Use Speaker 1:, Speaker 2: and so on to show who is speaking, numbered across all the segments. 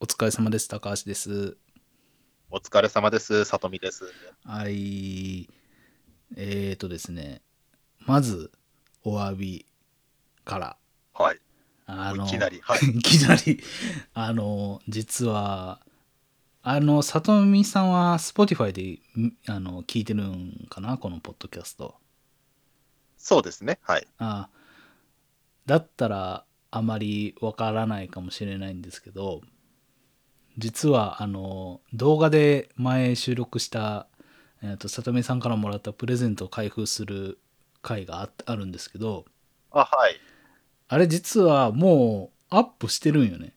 Speaker 1: お疲れ様です。高橋です。
Speaker 2: お疲れ様です。さとみです。
Speaker 1: はい。えーとですね、まず、お詫びから。
Speaker 2: はい。
Speaker 1: あ
Speaker 2: もういきなりはい
Speaker 1: いきなり。あの、実は、あの、里見さんは Spotify でんあの聞いてるんかな、このポッドキャスト。
Speaker 2: そうですね。はい。
Speaker 1: あだったらあまりわからないかもしれないんですけど実はあの動画で前収録した、えー、と里見さんからもらったプレゼントを開封する回がああるんですけど
Speaker 2: あ、はい。
Speaker 1: あれ実はもうアップしてるんよね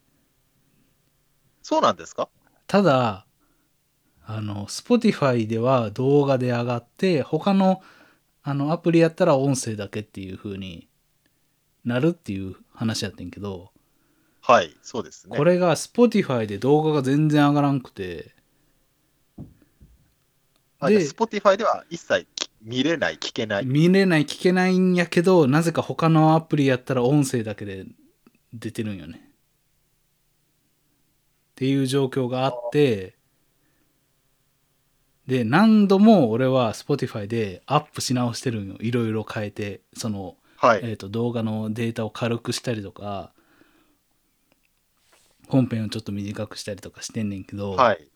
Speaker 2: そうなんですか
Speaker 1: ただあの Spotify では動画で上がって他のあのアプリやったら音声だけっていう風になるっていう話やってんけど
Speaker 2: はい。そうですね。
Speaker 1: これが Spotify で動画が全然上がらんくて、
Speaker 2: あじゃあ
Speaker 1: で
Speaker 2: Spotify では一切き見れない、聞けない。
Speaker 1: 見れない、聞けないんやけど、なぜか他のアプリやったら音声だけで出てるんよね。っていう状況があって、で、何度も俺は Spotify でアップし直してるんよ。いろいろ変えて、その、
Speaker 2: はい。
Speaker 1: えー、と動画のデータを軽くしたりとか、本編をちょっと短くしたりとかしてんねんけど、
Speaker 2: はい。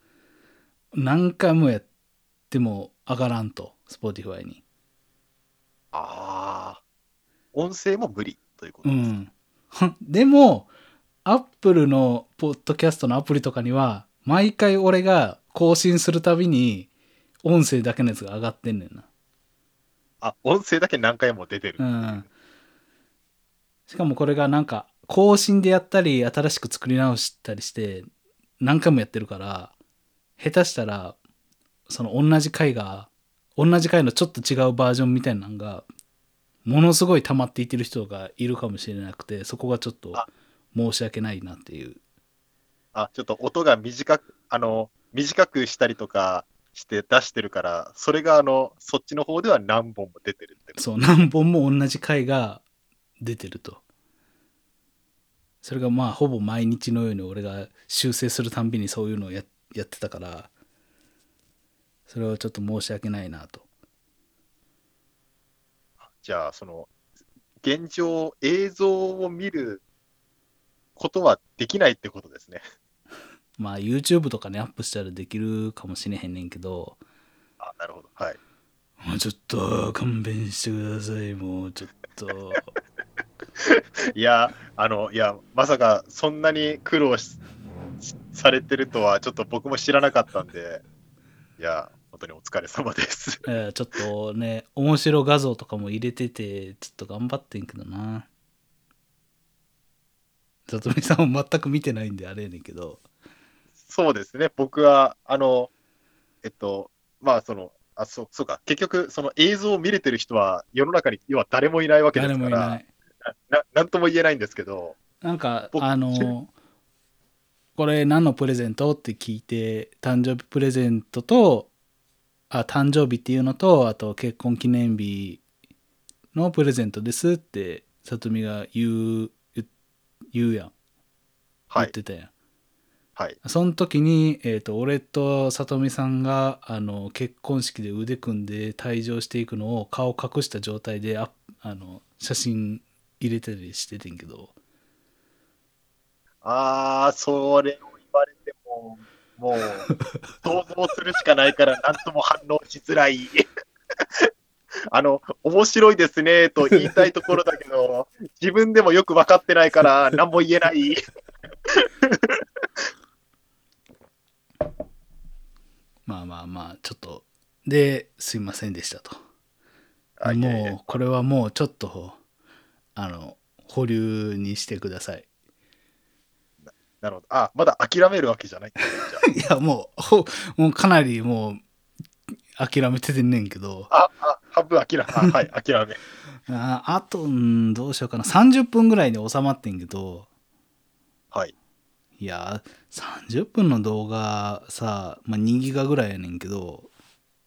Speaker 1: 何回もやっても上がらんと、Spotify に。
Speaker 2: ああ。音声も無理ということ
Speaker 1: う
Speaker 2: です。
Speaker 1: ん。 でも、Apple のポッドキャストのアプリとかには、毎回俺が更新するたびに、音声だけのやつが上がってんねんな。
Speaker 2: あ、音声だけ何回も出てる。
Speaker 1: うん。しかもこれがなんか、更新でやったり、新しく作り直したりして、何回もやってるから、下手したら、その同じ回が、同じ回のちょっと違うバージョンみたいなのが、ものすごい溜まっていってる人がいるかもしれなくて、そこがちょっと
Speaker 2: あ
Speaker 1: 申し訳ないなっていう。
Speaker 2: あ、ちょっと音が短く、あの、短くしたりとかして出してるから、それがあの、そっちの方では何本も出てるってこと。
Speaker 1: そう、何本も同じ回が出てると。それがまあ、ほぼ毎日のように俺が修正するたんびにそういうのをややってたから、それはちょっと申し訳ないなと。
Speaker 2: じゃあ、その、現状、映像を見ることはできないってことですね。
Speaker 1: まあ、YouTube とかにアップしたらできるかもしれへんねんけど、
Speaker 2: あ、なるほど。はい。
Speaker 1: もうちょっと勘弁してください、もうちょっと。
Speaker 2: いや、あの、いや、まさかそんなに苦労ししされてるとは、ちょっと僕も知らなかったんで、いや、本当にお疲れ様です。
Speaker 1: えーちょっとね、面白画像とかも入れてて、ちょっと頑張ってんけどな。里見さんは全く見てないんであれやねんけど。
Speaker 2: そうですね、僕は、あの、えっと、まあ、その、あ、そう、そうか、結局、その映像を見れてる人は、世の中に、要は誰もいないわけで
Speaker 1: 誰
Speaker 2: す
Speaker 1: も
Speaker 2: か
Speaker 1: い
Speaker 2: ら、
Speaker 1: ない。
Speaker 2: ななんとも言えないんですけど、
Speaker 1: なんか、
Speaker 2: 僕
Speaker 1: あの、これ何のプレゼントって聞いて、誕生日プレゼントと、あ、誕生日っていうのと、あと結婚記念日のプレゼントですって、里見が言う、言う言うやん。
Speaker 2: は
Speaker 1: 言っ
Speaker 2: い、
Speaker 1: てたやん。
Speaker 2: はい。
Speaker 1: その時に、えー、と俺と里美さんがあの結婚式で腕組んで退場していくのを顔隠した状態でああの写真入れたりしててんけど
Speaker 2: ああ、それを言われても、もう、想像するしかないから、なんとも反応しづらい。 あの、面白いですねと言いたいところだけど、自分でもよく分かってないから、何も言え ない。
Speaker 1: まあまあまあちょっとですいませんでしたと
Speaker 2: あいえいえ
Speaker 1: もうこれはもうちょっとあの保留にしてください
Speaker 2: なるほど。あ、まだ諦めるわけじゃない。
Speaker 1: いやもうほもうかなりもう諦めててんねんけど
Speaker 2: あ、あ、半分諦め。あはい、諦め。
Speaker 1: ああと、うんどうしようかな30分ぐらいに収まってんけど
Speaker 2: はい。
Speaker 1: いや30分の動画さ、まあ、2ギガぐらいやねんけど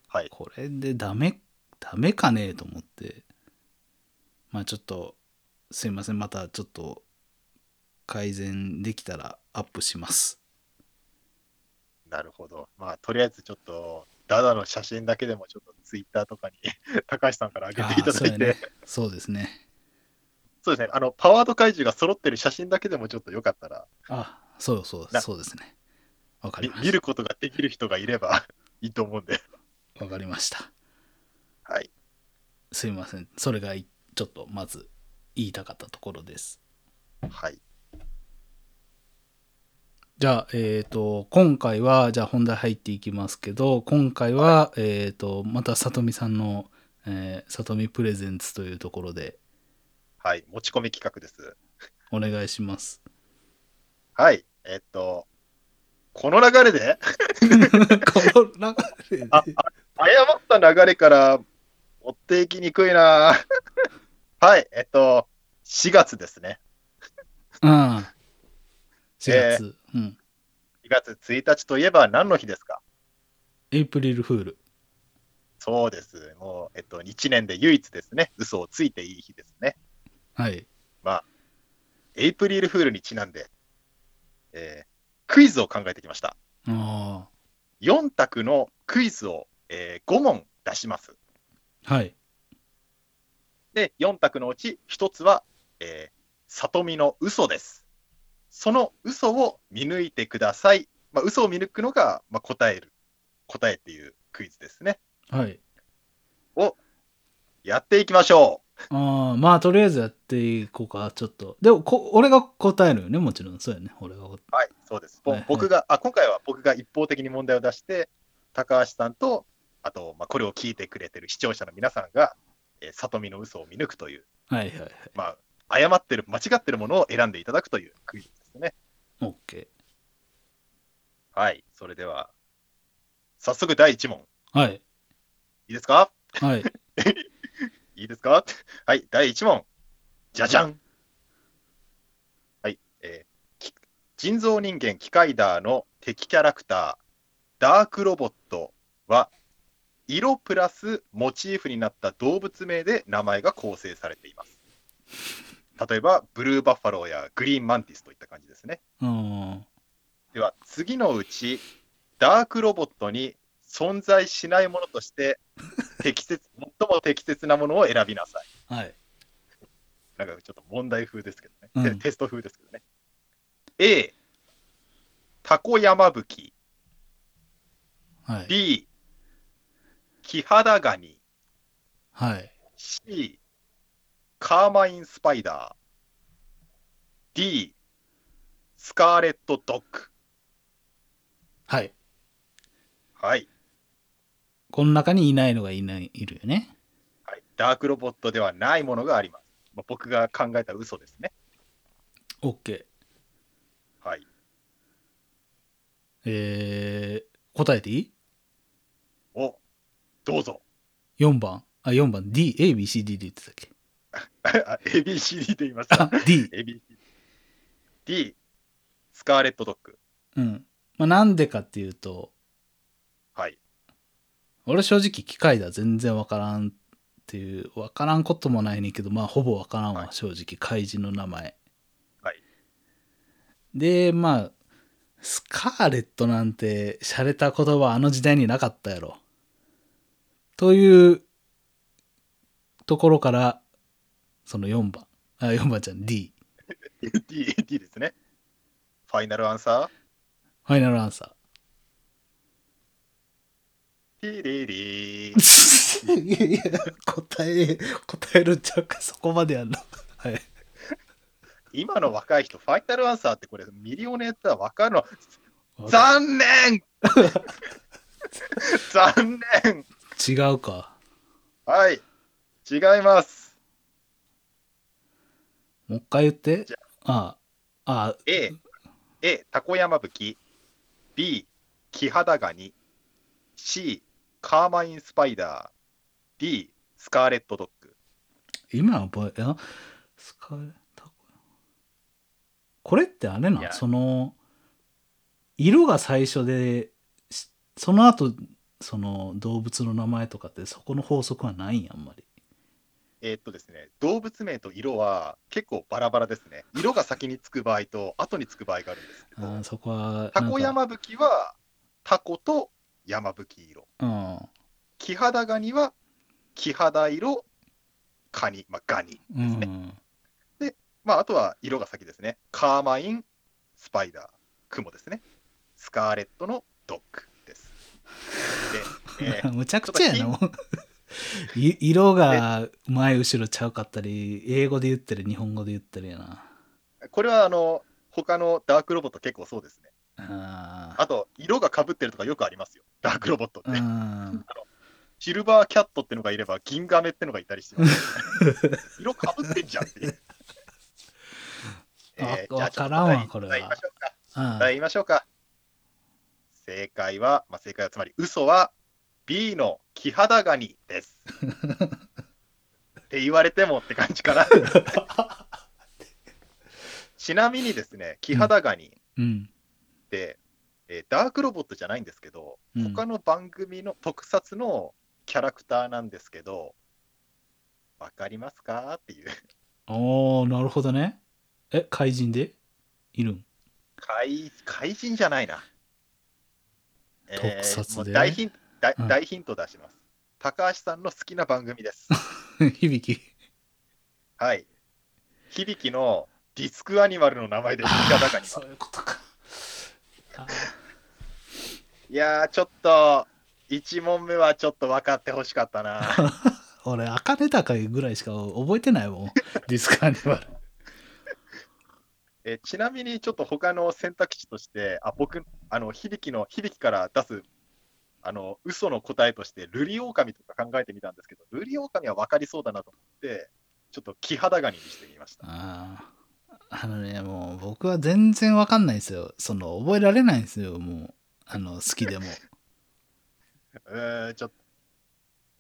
Speaker 2: はい。
Speaker 1: これでダメダメかねえと思ってまあちょっとすいませんまたちょっと改善できたらアップします
Speaker 2: なるほど。まあ、とりあえずちょっと、ダダの写真だけでも、ちょっとツイッターとかに高橋さんから上げていただいて、
Speaker 1: あーそうですね。
Speaker 2: そうですね、あの、パワード怪獣が揃ってる写真だけでも、ちょっとよかったら、
Speaker 1: あ、そうそう、
Speaker 2: な
Speaker 1: そうですね。わかり
Speaker 2: み
Speaker 1: ま
Speaker 2: 見
Speaker 1: し
Speaker 2: ることができる人がいれば いいと思うんで、
Speaker 1: た。わかりました。
Speaker 2: はい。
Speaker 1: すいません。それがいちょっとまず言いたかったところです。
Speaker 2: はい。
Speaker 1: じゃあ、えっ、と、今回は、じゃあ本題入っていきますけど、今回は、えっ、と、またさとみさんの、えー、さとみプレゼンツというところで
Speaker 2: はい。持ち込み企画です。
Speaker 1: お願いします。
Speaker 2: はい。えっと、この流れで、
Speaker 1: この流れで
Speaker 2: あ誤った流れから持っていきにくいな はい。えっと、4月ですね。
Speaker 1: うん。4月、うん。
Speaker 2: 4月1日といえば何の日ですか
Speaker 1: エイプリルフール。
Speaker 2: そうです。もう、えっと、1年で唯一ですね、嘘をついていい日ですね。
Speaker 1: はい。
Speaker 2: エイプリルフールにちなんで、えークイズを考えてきました。
Speaker 1: あ
Speaker 2: 4択のクイズを、え5問出します。
Speaker 1: あ。はい。
Speaker 2: で、4択のうち1つは、えー、里見の嘘です。その嘘を見抜いてください。まあ、嘘を見抜くのが、まあ、答える、答えっていうクイズですね。
Speaker 1: はい。
Speaker 2: やっていきましょ
Speaker 1: ああ、まあ、とりあえずやっていこうか、ちょっと。でも、こ俺が答えるよね、もちろん。そうやね。俺が答
Speaker 2: う。はい、そうです。ぼ
Speaker 1: はいはい
Speaker 2: 僕が、あ、今回は僕が一方的に問題を出して、高橋さんと、あと、まあ、これを聞いてくれてる視聴者の皆さんが、えー、里見の嘘を見抜くという、
Speaker 1: え。はいはいはい。
Speaker 2: まあ、誤ってる、間違ってるものを選んでいただくというクイズですね。
Speaker 1: OK。
Speaker 2: はい、それでは、早速第1問。
Speaker 1: はい。
Speaker 2: いいですか
Speaker 1: はい。
Speaker 2: いいですかはい、第1問。 じゃじゃん。はい、えーき人造人間キカイダーの敵キャラクター、ダークロボットは、色プラスモチーフになった動物名で名前が構成されています。例えば、ブルーバッファローやグリーンマンティスといった感じですね。
Speaker 1: うん。
Speaker 2: では、次のうち、ダークロボットに存在しないものとして、適切、 最も適切なものを選びなさい。
Speaker 1: はい。
Speaker 2: なんかちょっと問題風ですけどね、
Speaker 1: うん
Speaker 2: テテスト風ですけどね。A、タコ山吹、
Speaker 1: はい。
Speaker 2: B、キハダガニ、
Speaker 1: はい。
Speaker 2: C、カーマインスパイダー、D、スカーレットドッグ。
Speaker 1: はい。
Speaker 2: はい。
Speaker 1: この中にいないのがいない、いるよね。
Speaker 2: はい、ダークロボットではないものがあります。まあ、僕が考えた嘘ですね。
Speaker 1: OK。
Speaker 2: はい。
Speaker 1: えー、答えていい
Speaker 2: お、どうぞ。
Speaker 1: ?4 番。あ、4番。D、A、B、C、D で言ってたっけ
Speaker 2: あ ABCD で言いました
Speaker 1: あ。、D。
Speaker 2: ABCD。D、スカーレットドッグ。
Speaker 1: うん。まあ、なんでかっていうと、
Speaker 2: はい。
Speaker 1: 俺正直機械だ全然わからんっていうわからんこともないねんけどまあほぼわからん
Speaker 2: は
Speaker 1: わ正直怪人の名前
Speaker 2: はい
Speaker 1: でまあスカーレットなんて洒落た言葉あの時代になかったやろというところからその4番あ4番ちゃん D
Speaker 2: D, D ですね。ファイナルアンサ
Speaker 1: ファイナルアンサ
Speaker 2: ー。ティリリー。
Speaker 1: ー いや答え答えるんちゃうかそこまでやんのはい
Speaker 2: 今の若い人、ファイナルアンサーってこれ、ミリオネーター分かるの
Speaker 1: わか
Speaker 2: 残念 残念
Speaker 1: 違うか
Speaker 2: はい。違います。
Speaker 1: もう一回言って
Speaker 2: じゃ。
Speaker 1: ああ、あ
Speaker 2: A、A、タコヤマブキ。B、キハダガニ。C、カーマインスパイダー。D、スカーレットドッグ。
Speaker 1: 今の覚え、あスカイタコこれってあれ
Speaker 2: い
Speaker 1: な、
Speaker 2: や
Speaker 1: その、色が最初で、しその後、その動物の名前とかってそこの法則はないんや、あんまり。
Speaker 2: えーっとですね、動物名と色は結構バラバラですね。色が先につく場合と後につく場合があるんですけど
Speaker 1: あ、ーそこはなんか。
Speaker 2: タコヤマブキはタコと山吹色。
Speaker 1: うん。
Speaker 2: キハダガニは、キハダ色、カニ、まあ、ガニ。
Speaker 1: うん。
Speaker 2: まあ、あとは色が先ですね。カーマイン、スパイダー、クモですね。スカーレットのドッグです。で、えー
Speaker 1: むちゃくちゃやな。もうい色が前後ろちゃうかったり、英語で言ったり、日本語で言ったりやな。
Speaker 2: これはあの他のダークロボット結構そうですね。
Speaker 1: あ
Speaker 2: あと、色が被ってるとかよくありますよ。ダークロボットって。
Speaker 1: ーうん。
Speaker 2: シルバーキャットってのがいれば、銀ガメってのがいたりしてます。 色被ってんじゃんっていう。
Speaker 1: わわからんわこれは
Speaker 2: 答え言いましょうか。
Speaker 1: あ
Speaker 2: 答え言いましょうか。正解は、まあ、正解はつまり、嘘は B のキハダガニです。って言われてもって感じ かな。ちなみにですね、キハダガニ、
Speaker 1: うん。
Speaker 2: って、えーダークロボットじゃないんですけど、
Speaker 1: うん
Speaker 2: 他の番組の特撮のキャラクターなんですけど、わかりますかっていう。
Speaker 1: おー、なるほどね。え、怪人でいるん
Speaker 2: 怪怪人じゃないな。えー
Speaker 1: 特撮で
Speaker 2: もう大ヒン大
Speaker 1: うん
Speaker 2: 大ヒント出します。高橋さんの好きな番 組です。
Speaker 1: 響き。
Speaker 2: はい。響きのディスクアニマルの名前で、
Speaker 1: あ
Speaker 2: 中
Speaker 1: ー
Speaker 2: に
Speaker 1: そういうことか。あ
Speaker 2: いやー、ちょっと、1問目はちょっと分かってほしかったな。
Speaker 1: ー俺、赤ネタ会ぐらいしか覚えてない もん。ディスカーニバル。
Speaker 2: えーちなみにちょっと他の選択肢として、あ僕、あの響きの響きから出す、あの嘘の答えとして、ルリオオカミとか考えてみたんですけど、ルリオオカミは分かりそうだなと思って、ちょっとキハダガニにしてみました。
Speaker 1: ああ。あのね、もう僕は全然わかんないですよ。その、覚えられないんですよ、もう。あの、好き でも。
Speaker 2: うーん、ちょっと、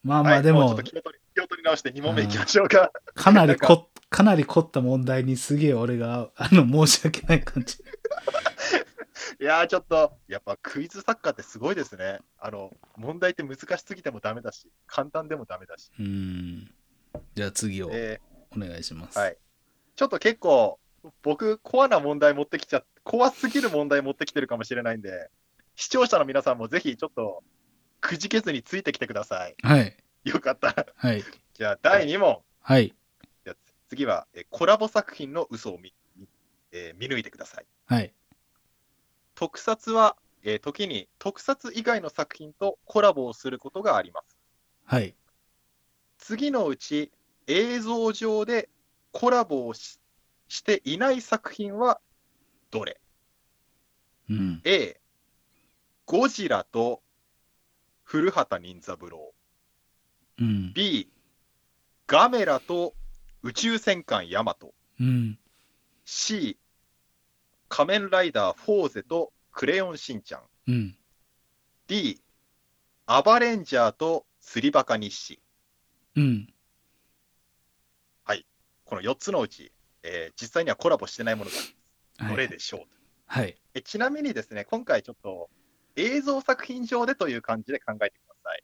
Speaker 1: まあま
Speaker 2: は
Speaker 1: あ、
Speaker 2: い
Speaker 1: で
Speaker 2: うちょ
Speaker 1: も
Speaker 2: っと、気を取り気を取り直して2問目いきましょうか。
Speaker 1: かなりこ、かなり凝った問題にすげえ俺が、あの、申し訳ない感じ。
Speaker 2: いやー、ちょっと、やっぱクイズ作家ってすごいですね。あの問題って難しすぎてもダメだし、簡単でもダメだし。
Speaker 1: うん。じゃあ次を
Speaker 2: えー
Speaker 1: お願いします。
Speaker 2: はいちょっと結構、僕、コアな問題持ってきちゃ、怖すぎる問題持ってきてるかもしれないんで、視聴者の皆さんもぜひちょっと、くじけずについてきてください。
Speaker 1: はい。
Speaker 2: よかったら。
Speaker 1: はい。
Speaker 2: じゃあ、第2問。
Speaker 1: はい。
Speaker 2: じゃあ次は、えコラボ作品の嘘を見,見、えー見抜いてください。
Speaker 1: はい。
Speaker 2: 特撮は、えー時に特撮以外の作品とコラボをすることがあります。
Speaker 1: はい。
Speaker 2: 次のうち、映像上でコラボをししていない作品はどれ
Speaker 1: うん。
Speaker 2: A、ゴジラと古畑任三郎。
Speaker 1: うん。
Speaker 2: B、ガメラと宇宙戦艦ヤマト。
Speaker 1: うん。
Speaker 2: C、仮面ライダーフォーゼとクレヨンしんちゃん。
Speaker 1: うん。
Speaker 2: D、アバレンジャーとスリバカ日誌。
Speaker 1: うん。
Speaker 2: この4つのうち、えー実際にはコラボしてないものが
Speaker 1: は
Speaker 2: どれ
Speaker 1: い。
Speaker 2: でしょう、
Speaker 1: はい。
Speaker 2: えちなみにですね、今回ちょっと映像作品上でという感じで考えてください。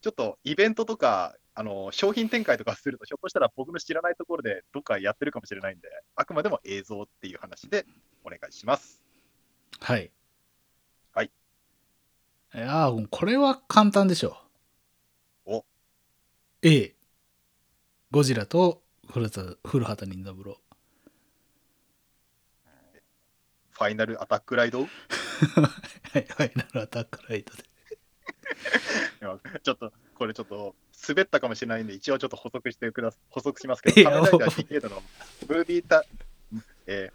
Speaker 2: ちょっとイベントとか、あの商品展開とかすると、ひょっとしたら僕の知らないところでどっかやってるかもしれないんで、あくまでも映像っていう話でお願いします。
Speaker 1: はい。
Speaker 2: はい。
Speaker 1: いやーこれは簡単でしょ。
Speaker 2: お
Speaker 1: A、ゴジラと古畑古畑任三郎。
Speaker 2: ファイナルアタックライドい
Speaker 1: はい。はい。なるアタックライトで。
Speaker 2: やちょっと、これちょっと滑ったかもしれないんで、一応ちょっと補足してくだ 補足しますけ
Speaker 1: い
Speaker 2: ど、
Speaker 1: や
Speaker 2: 仮面ライダーディケードのムービータ、えー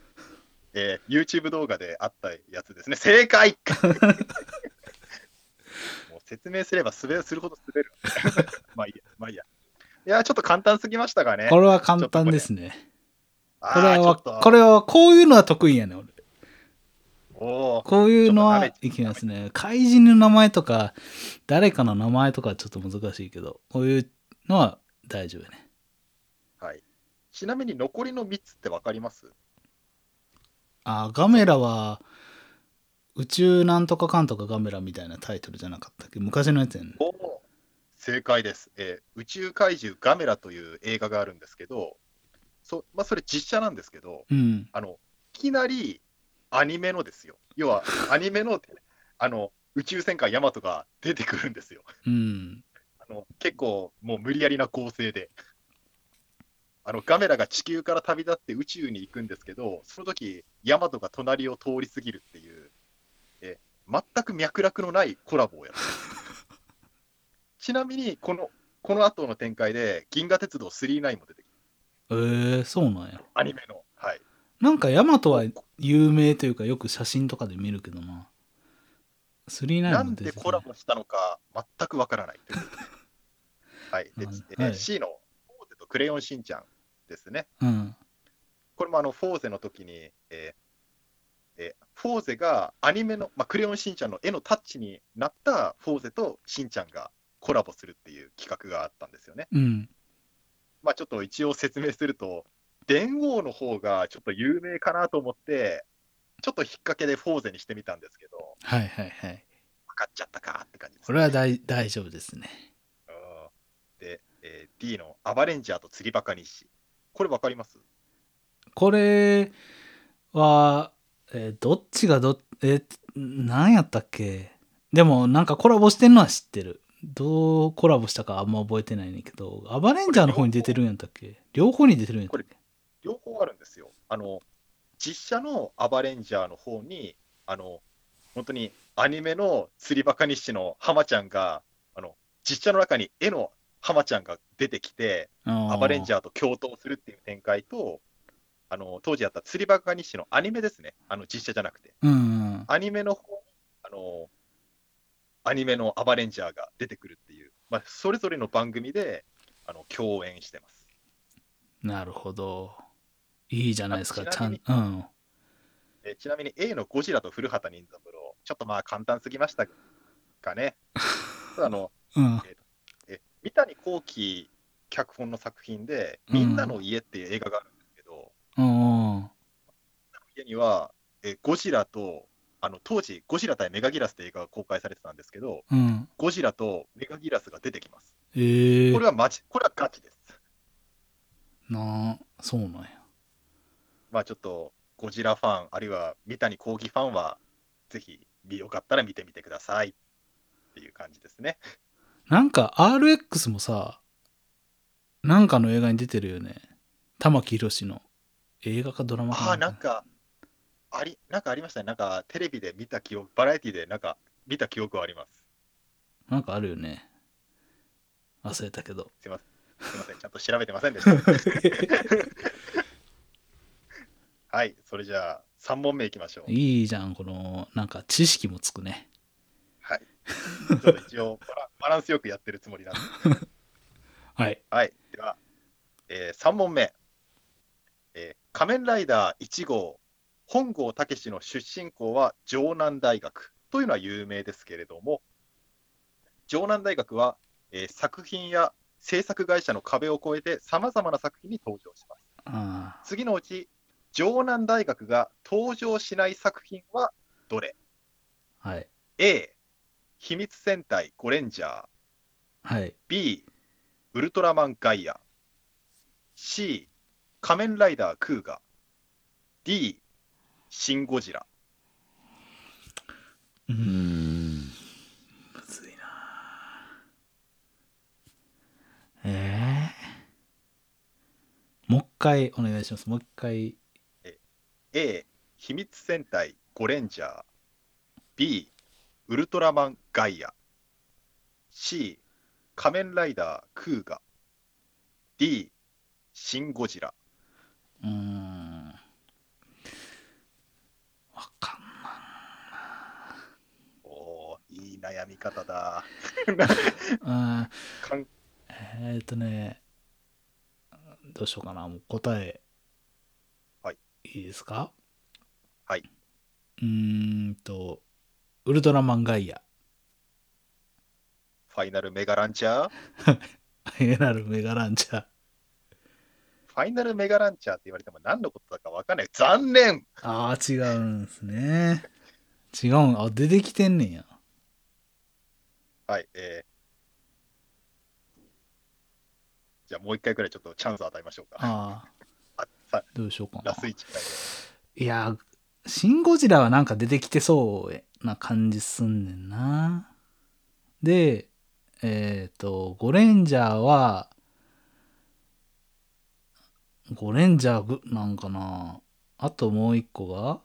Speaker 2: えー YouTube 動画であったやつですね。正解 もう説明すれば滑るするほど滑る。 まあいいや、まあいいや。いや、ちょっと簡単すぎましたかね。
Speaker 1: これは簡単ですね。
Speaker 2: あ
Speaker 1: これ
Speaker 2: ーちょ
Speaker 1: は、
Speaker 2: っと
Speaker 1: これは、こういうのは得意やね、俺。
Speaker 2: おー
Speaker 1: こういうの
Speaker 2: ちょ
Speaker 1: は
Speaker 2: っと
Speaker 1: いきますね。怪人の名前とか、誰かの名前とかはちょっと難しいけど、こういうのは大丈夫やね。
Speaker 2: はい。ちなみに残りの3つってわかります
Speaker 1: あー、ガメラは、宇宙なんとかかんとかガメラみたいなタイトルじゃなかったっけ昔のやつやね。
Speaker 2: お正解です、えー宇宙怪獣ガメラという映画があるんですけど、そまあ、それ実写なんですけど、
Speaker 1: うん。
Speaker 2: あのいきなりアニメのですよ、要はアニメのあの宇宙戦艦ヤマトが出てくるんですよ。
Speaker 1: うん。
Speaker 2: あの結構もう無理やりな構成で。 あのガメラが地球から旅立って宇宙に行くんですけど、その時ヤマトが隣を通り過ぎるっていう、え全く脈絡のないコラボをやる。 ちなみにこの、この後の展開で、銀河鉄道999も出てき
Speaker 1: えー、そうなんや。
Speaker 2: た、アニメの。はい、
Speaker 1: なんかヤマトは有名というかよく写真とかで見るけどな。
Speaker 2: な
Speaker 1: 39も
Speaker 2: ん
Speaker 1: 出て
Speaker 2: で
Speaker 1: たね
Speaker 2: コラボしたのか全くわからない ということではい。で、
Speaker 1: うん
Speaker 2: えー
Speaker 1: はい
Speaker 2: C のフォーゼとクレヨンしんちゃんですね。
Speaker 1: うん。
Speaker 2: これもあのフォーゼの時に、えーえーフォーゼがアニメの、まあ、クレヨンしんちゃんの絵のタッチになったフォーゼとしんちゃんがコラボするっていう企画があったんですよね。
Speaker 1: うん。
Speaker 2: まあ、ちょっと一応説明すると、電王の方がちょっと有名かなと思って、ちょっと引っ掛けでフォーゼにしてみたんですけど、
Speaker 1: はいはいはい。
Speaker 2: 分かっちゃったかって感じです、ね。
Speaker 1: これは大大丈夫ですね。
Speaker 2: あーで、えー D のアバレンジャーと釣りバカ日誌。これわかります
Speaker 1: これは、えーどっちがどっ、えー、何やったっけでもなんかコラボしてんのは知ってる。どうコラボしたかあんま覚えてないねんけど、アバレンジャーの方に出てるんやったっけ両方に出てるんやったっけ
Speaker 2: 両方あるんですよ。あの、実写のアバレンジャーの方に、あの、本当にアニメの釣りバカ日誌のハマちゃんが、あの、実写の中に絵のハマちゃんが出てきて、ア
Speaker 1: ア
Speaker 2: バレンジ
Speaker 1: ャー。
Speaker 2: ャーと共闘するっていう展開と、あの、当時やった釣りバカ日誌のアニメですね。あの、実写じゃなくて。
Speaker 1: うんうん。
Speaker 2: アニメの方に、あの、アニメのアバレンジャーが出てくるっていう、まあ、それぞれの番組で、あの、共演してます。
Speaker 1: なるほど。いいじゃないですか。
Speaker 2: あ
Speaker 1: ちゃん、
Speaker 2: ち
Speaker 1: うん。
Speaker 2: えちなみに A のゴジラと古畑任三郎、ちょっとまあ簡単すぎました かね。あの、
Speaker 1: うん。
Speaker 2: え三谷幸喜脚本の作品で、
Speaker 1: うん
Speaker 2: みんなの家っていう映画があるんですけど、
Speaker 1: うんうん。
Speaker 2: 家には、えゴジラと、あの当時、ゴジラ対メガギラスって映画が公開されてたんですけど、
Speaker 1: うん。
Speaker 2: ゴジラとメガギラスが出てきます。
Speaker 1: えー、
Speaker 2: これはマジ、これはガチです。
Speaker 1: なあ、そうなんや。
Speaker 2: まあちょっと、ゴジラファン、あるいは三谷幸喜ファンは、ぜひ、よかったら見てみてくださいっていう感じですね。
Speaker 1: なんか RX もさ、なんかの映画に出てるよね。玉木宏の映画かドラマか
Speaker 2: ああ、なんか、あり、なんかありましたね。なんか、テレビで見た記憶、バラエティでなんか、見た記憶はあります。
Speaker 1: なんかあるよね。忘れたけど。
Speaker 2: すいません。すいません。ちゃんと調べてませんでした。 はい。それじゃあ、3問目いきましょう。
Speaker 1: いいじゃん、この、なんか知識もつくね。
Speaker 2: はい。ちょっと一応バラ、バランスよくやってるつもりなんで
Speaker 1: はい。
Speaker 2: はい。では、え3問目。えー仮面ライダー1号、本郷武の出身校は城南大学というのは有名ですけれども、城南大学は、えー作品や制作会社の壁を越えてさまざまな作品に登場します。
Speaker 1: あ
Speaker 2: 次のうち、城南大学が登場しない作品はどれ
Speaker 1: あ、はい。
Speaker 2: ?A、秘密戦隊ゴレンジャー、
Speaker 1: はい。
Speaker 2: B、ウルトラマンガイア。C、仮面ライダークーガ。D、シン・ゴジラ。
Speaker 1: うーん。むずいなええもう一回お願いします。もう一回。
Speaker 2: A、秘密戦隊ゴレンジャー。B、ウルトラマンガイア。C、仮面ライダークーガ。D、シン・ゴジラ。
Speaker 1: うーん。わかんない。
Speaker 2: おー、いい悩み方だ。
Speaker 1: あ
Speaker 2: かん
Speaker 1: ーえっ、とね、どうしようかな。もう答え。
Speaker 2: はい。
Speaker 1: いいですか
Speaker 2: はいう
Speaker 1: ーんと、ウルトラマンガイア。
Speaker 2: ファイナルメガランチャー
Speaker 1: エナルメガランチャー。
Speaker 2: ファイナルメガランチャーって言われても何のことだかわかんない。残念
Speaker 1: ああ、違うんですね。違うん。あ、出てきてんねんや。
Speaker 2: はい、えーじゃあもう一回くらいちょっとチャンス与えましょうか。
Speaker 1: ああ、
Speaker 2: あさ
Speaker 1: どうしようかな
Speaker 2: ラ。ス1回
Speaker 1: いやー、シン・ゴジラはなんか出てきてそうな感じすんねんな。で、えっ、と、ゴレンジャーは、ゴレンジャーぐなんかな。あともう一個が、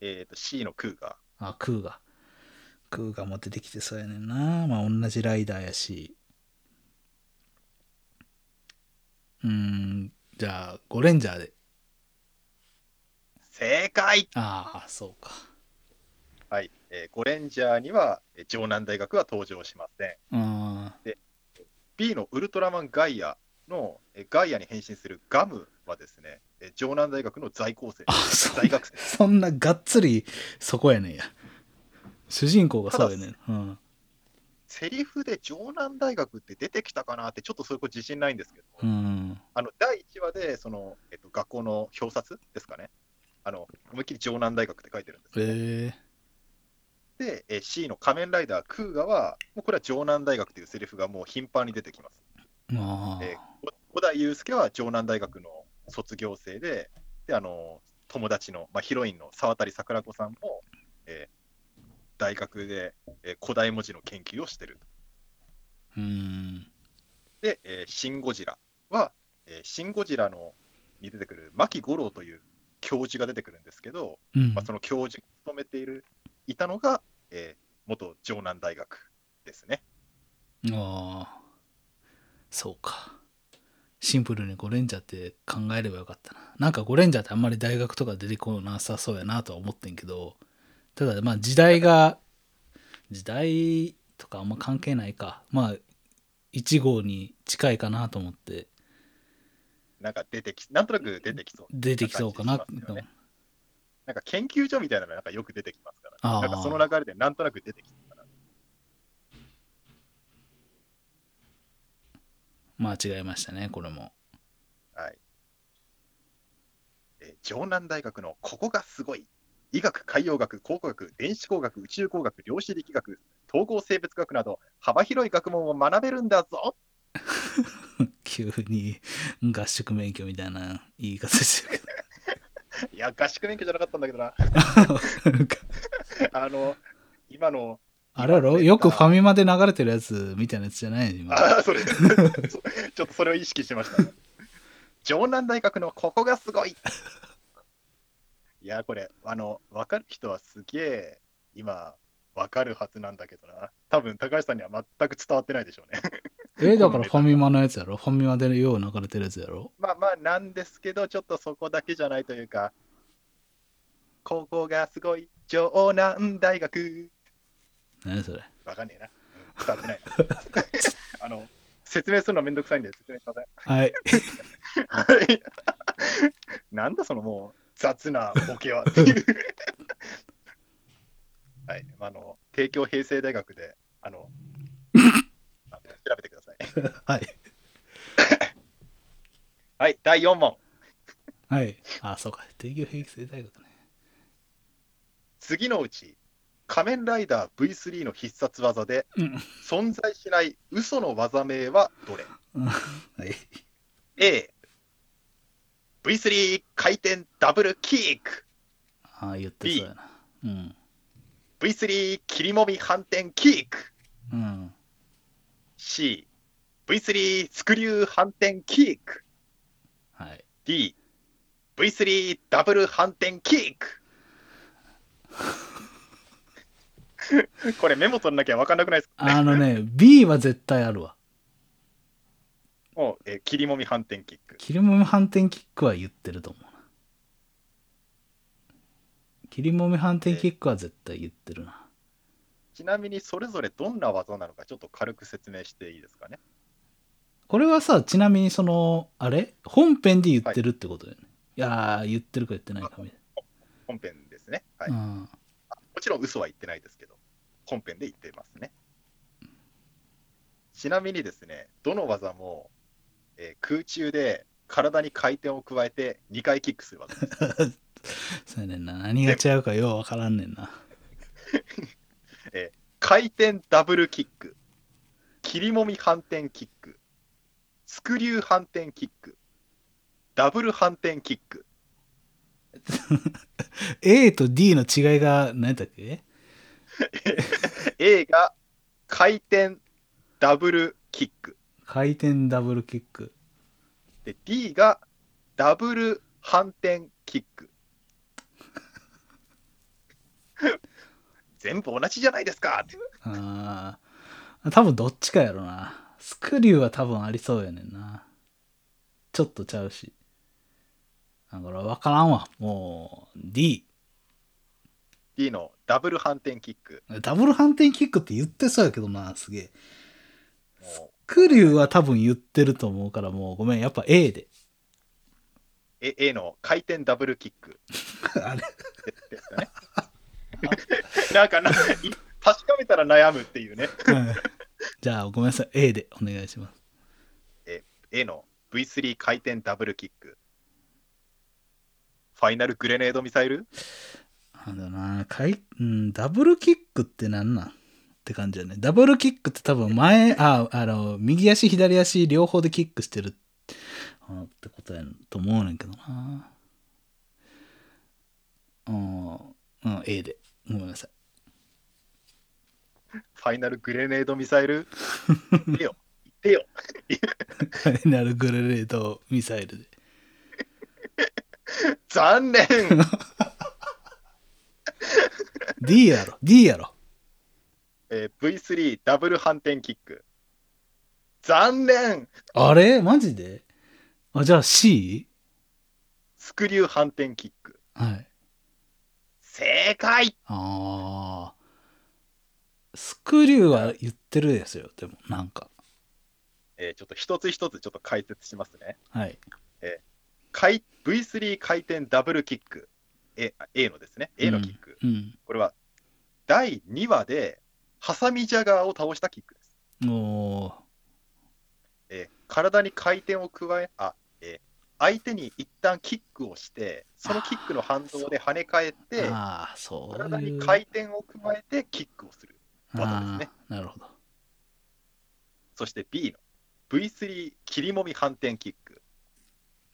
Speaker 2: えっ、と、C のクーガ
Speaker 1: あ、クーガ。クーガも出てきてそうやねんな。まあ、同じライダーやし。うーん、じゃあ、ゴレンジャーで。
Speaker 2: ー。正解
Speaker 1: ああ、そうか。
Speaker 2: はい。えーゴレンジャーには、えー城南大学は登場しません。
Speaker 1: うん。
Speaker 2: B のウルトラマンガイアの、えーガイアに変身するガムはですね、えー城南大学の在校生
Speaker 1: あ、。そう
Speaker 2: 大学生。
Speaker 1: そんながっつりそこやねんや。主人公がそうやねん。うん。
Speaker 2: セリフで城南大学って出てきたかなって、ちょっとそれこ自信ないんですけど、
Speaker 1: うん。
Speaker 2: あの第1話でその、えっと、学校の表札ですかね、あの思いっきり城南大学って書いてるんですけど、
Speaker 1: え
Speaker 2: で、えー C の仮面ライダークーガは、もうこれは城南大学というセリフがもう頻繁に出てきます。
Speaker 1: えまあ、
Speaker 2: えー小田祐介は城南大学の卒業生で、であの友達の、まあ、ヒロインの沢渡桜子さんも、えー大学で、えー古代文字の研究をしてる。
Speaker 1: うん。
Speaker 2: で、えーシン・ゴジラは、えーシン・ゴジラのに出てくる牧五郎という教授が出てくるんですけど、
Speaker 1: うん
Speaker 2: まあ、その教授が務めているいたのが、えー元城南大学ですね。
Speaker 1: ああ。そうか。シンプルにゴレンジャーって考えればよかったな。なんかゴレンジャーってあんまり大学とか出てこなさそうやなとは思ってんけど、ただまあ時代が、時代とかあんま関係ないか。まあ、1号に近いかなと思って、
Speaker 2: なんか出てき、なんとなく出てきそう。
Speaker 1: 出てきそうかな。
Speaker 2: 感じしますよねなんか研究所みたいなのなんかよく出てきますから、
Speaker 1: ああ
Speaker 2: なんかその流れでなんとなく出てきたから、
Speaker 1: まあ違いましたね、これも。
Speaker 2: はいえー城南大学のここがすごい。医学、海洋学、考古学、電子工学、宇宙工学、量子力学、統合生物学など、幅広い学問を学べるんだぞ
Speaker 1: 急に合宿免許みたいな言い方してるけ
Speaker 2: いや、合宿免許じゃなかったんだけどな。
Speaker 1: ど。なんか
Speaker 2: あの、今の、
Speaker 1: あれやろよくファミマで流れてるやつみたいなやつじゃないの今。
Speaker 2: ああ、それ、 そちょっとそれを意識しました。城南大学のここがすごいいや、これ、あの、分かる人はすげえ、今、分かるはずなんだけどな。多分、高橋さんには全く伝わってないでしょうね。
Speaker 1: え、だからファミマのやつやろファミマでよう流れてるやつやろ
Speaker 2: まあまあ、なんですけど、ちょっとそこだけじゃないというか、ここがすごい、城南大学。
Speaker 1: 何それ
Speaker 2: わかんねえな。うん伝わってない な。あの、説明するのめんどくさいんで、説明しません。
Speaker 1: はい。
Speaker 2: はい。 なんだそのもう雑なボケはっていう。はい。あの、帝京平成大学で、あの、あの調べてください。
Speaker 1: はい。
Speaker 2: はい、第4問。
Speaker 1: はい。あ、そうか。帝京平成大学ね。
Speaker 2: 次のうち、仮面ライダー V3 の必殺技で、
Speaker 1: うん
Speaker 2: 存在しない嘘の技名はどれ
Speaker 1: はい。
Speaker 2: ?A、V3 回転ダブルキック。
Speaker 1: あ言ってそうやな。うん。
Speaker 2: V3 切りもみ反転キック。
Speaker 1: うん。
Speaker 2: C、V3 スクリュー反転キック。
Speaker 1: はい。
Speaker 2: D、V3 ダブル反転キック。これメモ取んなきゃ分かんなくないですか、ね、
Speaker 1: あのね、B は絶対あるわ。
Speaker 2: もう、えー切りもみ反転キック。
Speaker 1: 切りもみ反転キックは言ってると思うな。切りもみ反転キックは絶対言ってるな。
Speaker 2: ちなみにそれぞれどんな技なのかちょっと軽く説明していいですかね。
Speaker 1: これはさ、ちなみにその、あれ本編で言ってるってことだよね。い、やー、言ってるか言ってないかみたい
Speaker 2: 本編ですね。はい。
Speaker 1: な。
Speaker 2: も
Speaker 1: うん。
Speaker 2: ちろん嘘は言ってないですけど、本編で言ってますね。ちなみにですね、どの技も、えー空中で体に回転を加えて2回キックする技です。
Speaker 1: そうやねんな。何が違うかようわからんねんな。
Speaker 2: 回転ダブルキック、切りもみ反転キック、スクリュー反転キック、ダブル反転キック。
Speaker 1: A と D の違いが何やったっけ
Speaker 2: A が回転ダブルキック。
Speaker 1: 回転ダブルキック。
Speaker 2: で、D がダブル反転キック。全部同じじゃないですかって
Speaker 1: ああ。多分どっちかやろな。スクリューは多分ありそうやねんな。ちょっとちゃうし。だから分からんわ。もう D。
Speaker 2: D のダブル反転キック。
Speaker 1: ダブル反転キックって言ってそうやけどな、すげえ。
Speaker 2: もう
Speaker 1: スクリューは多分言ってると思うからもうごめん、やっぱ A で。
Speaker 2: A, A の回転ダブルキック
Speaker 1: あれ
Speaker 2: ですね。 なんかな、い確かめたら悩むっていうね。
Speaker 1: うんじゃあごめんなさい、A でお願いします。
Speaker 2: A の V3 回転ダブルキック。ファイナルグレネードミサイル
Speaker 1: なんだろうな、かい、うん、ダブルキックってなんなんって感じだね。ダブルキックって多分前、あ、あの、右足、左足、両方でキックしてるあってことやと思うねんけどな。うん、うん、A で。ごめんなさい。
Speaker 2: ファイナルグレネードミサ イル言ってよ言ってよ
Speaker 1: ファイナルグレレードミサイルで。
Speaker 2: 残念
Speaker 1: D やろ、D やろ。
Speaker 2: えー !V3 ダブル反転キック。残念
Speaker 1: あれマジであ、じゃあ C?
Speaker 2: スクリュー反転キック。
Speaker 1: はい。
Speaker 2: 正解
Speaker 1: ああ。スクリューは言ってるですよ、でも、なんか。
Speaker 2: えーちょっと一つ一つちょっと解説しますね。
Speaker 1: はい。
Speaker 2: 回 V3 回転ダブルキック。A, A のですね。A のキック。
Speaker 1: うん。
Speaker 2: これは第2話でハサミジャガーを倒したキックです。
Speaker 1: おー
Speaker 2: えー体に回転を加え、あ、えー相手に一旦キックをして、そのキックの反動で跳ね返って、
Speaker 1: ああ、そういう。
Speaker 2: 体に回転を加えてキックをする。技ですね
Speaker 1: あーなるほど。
Speaker 2: そして B の V3 切りもみ反転キック。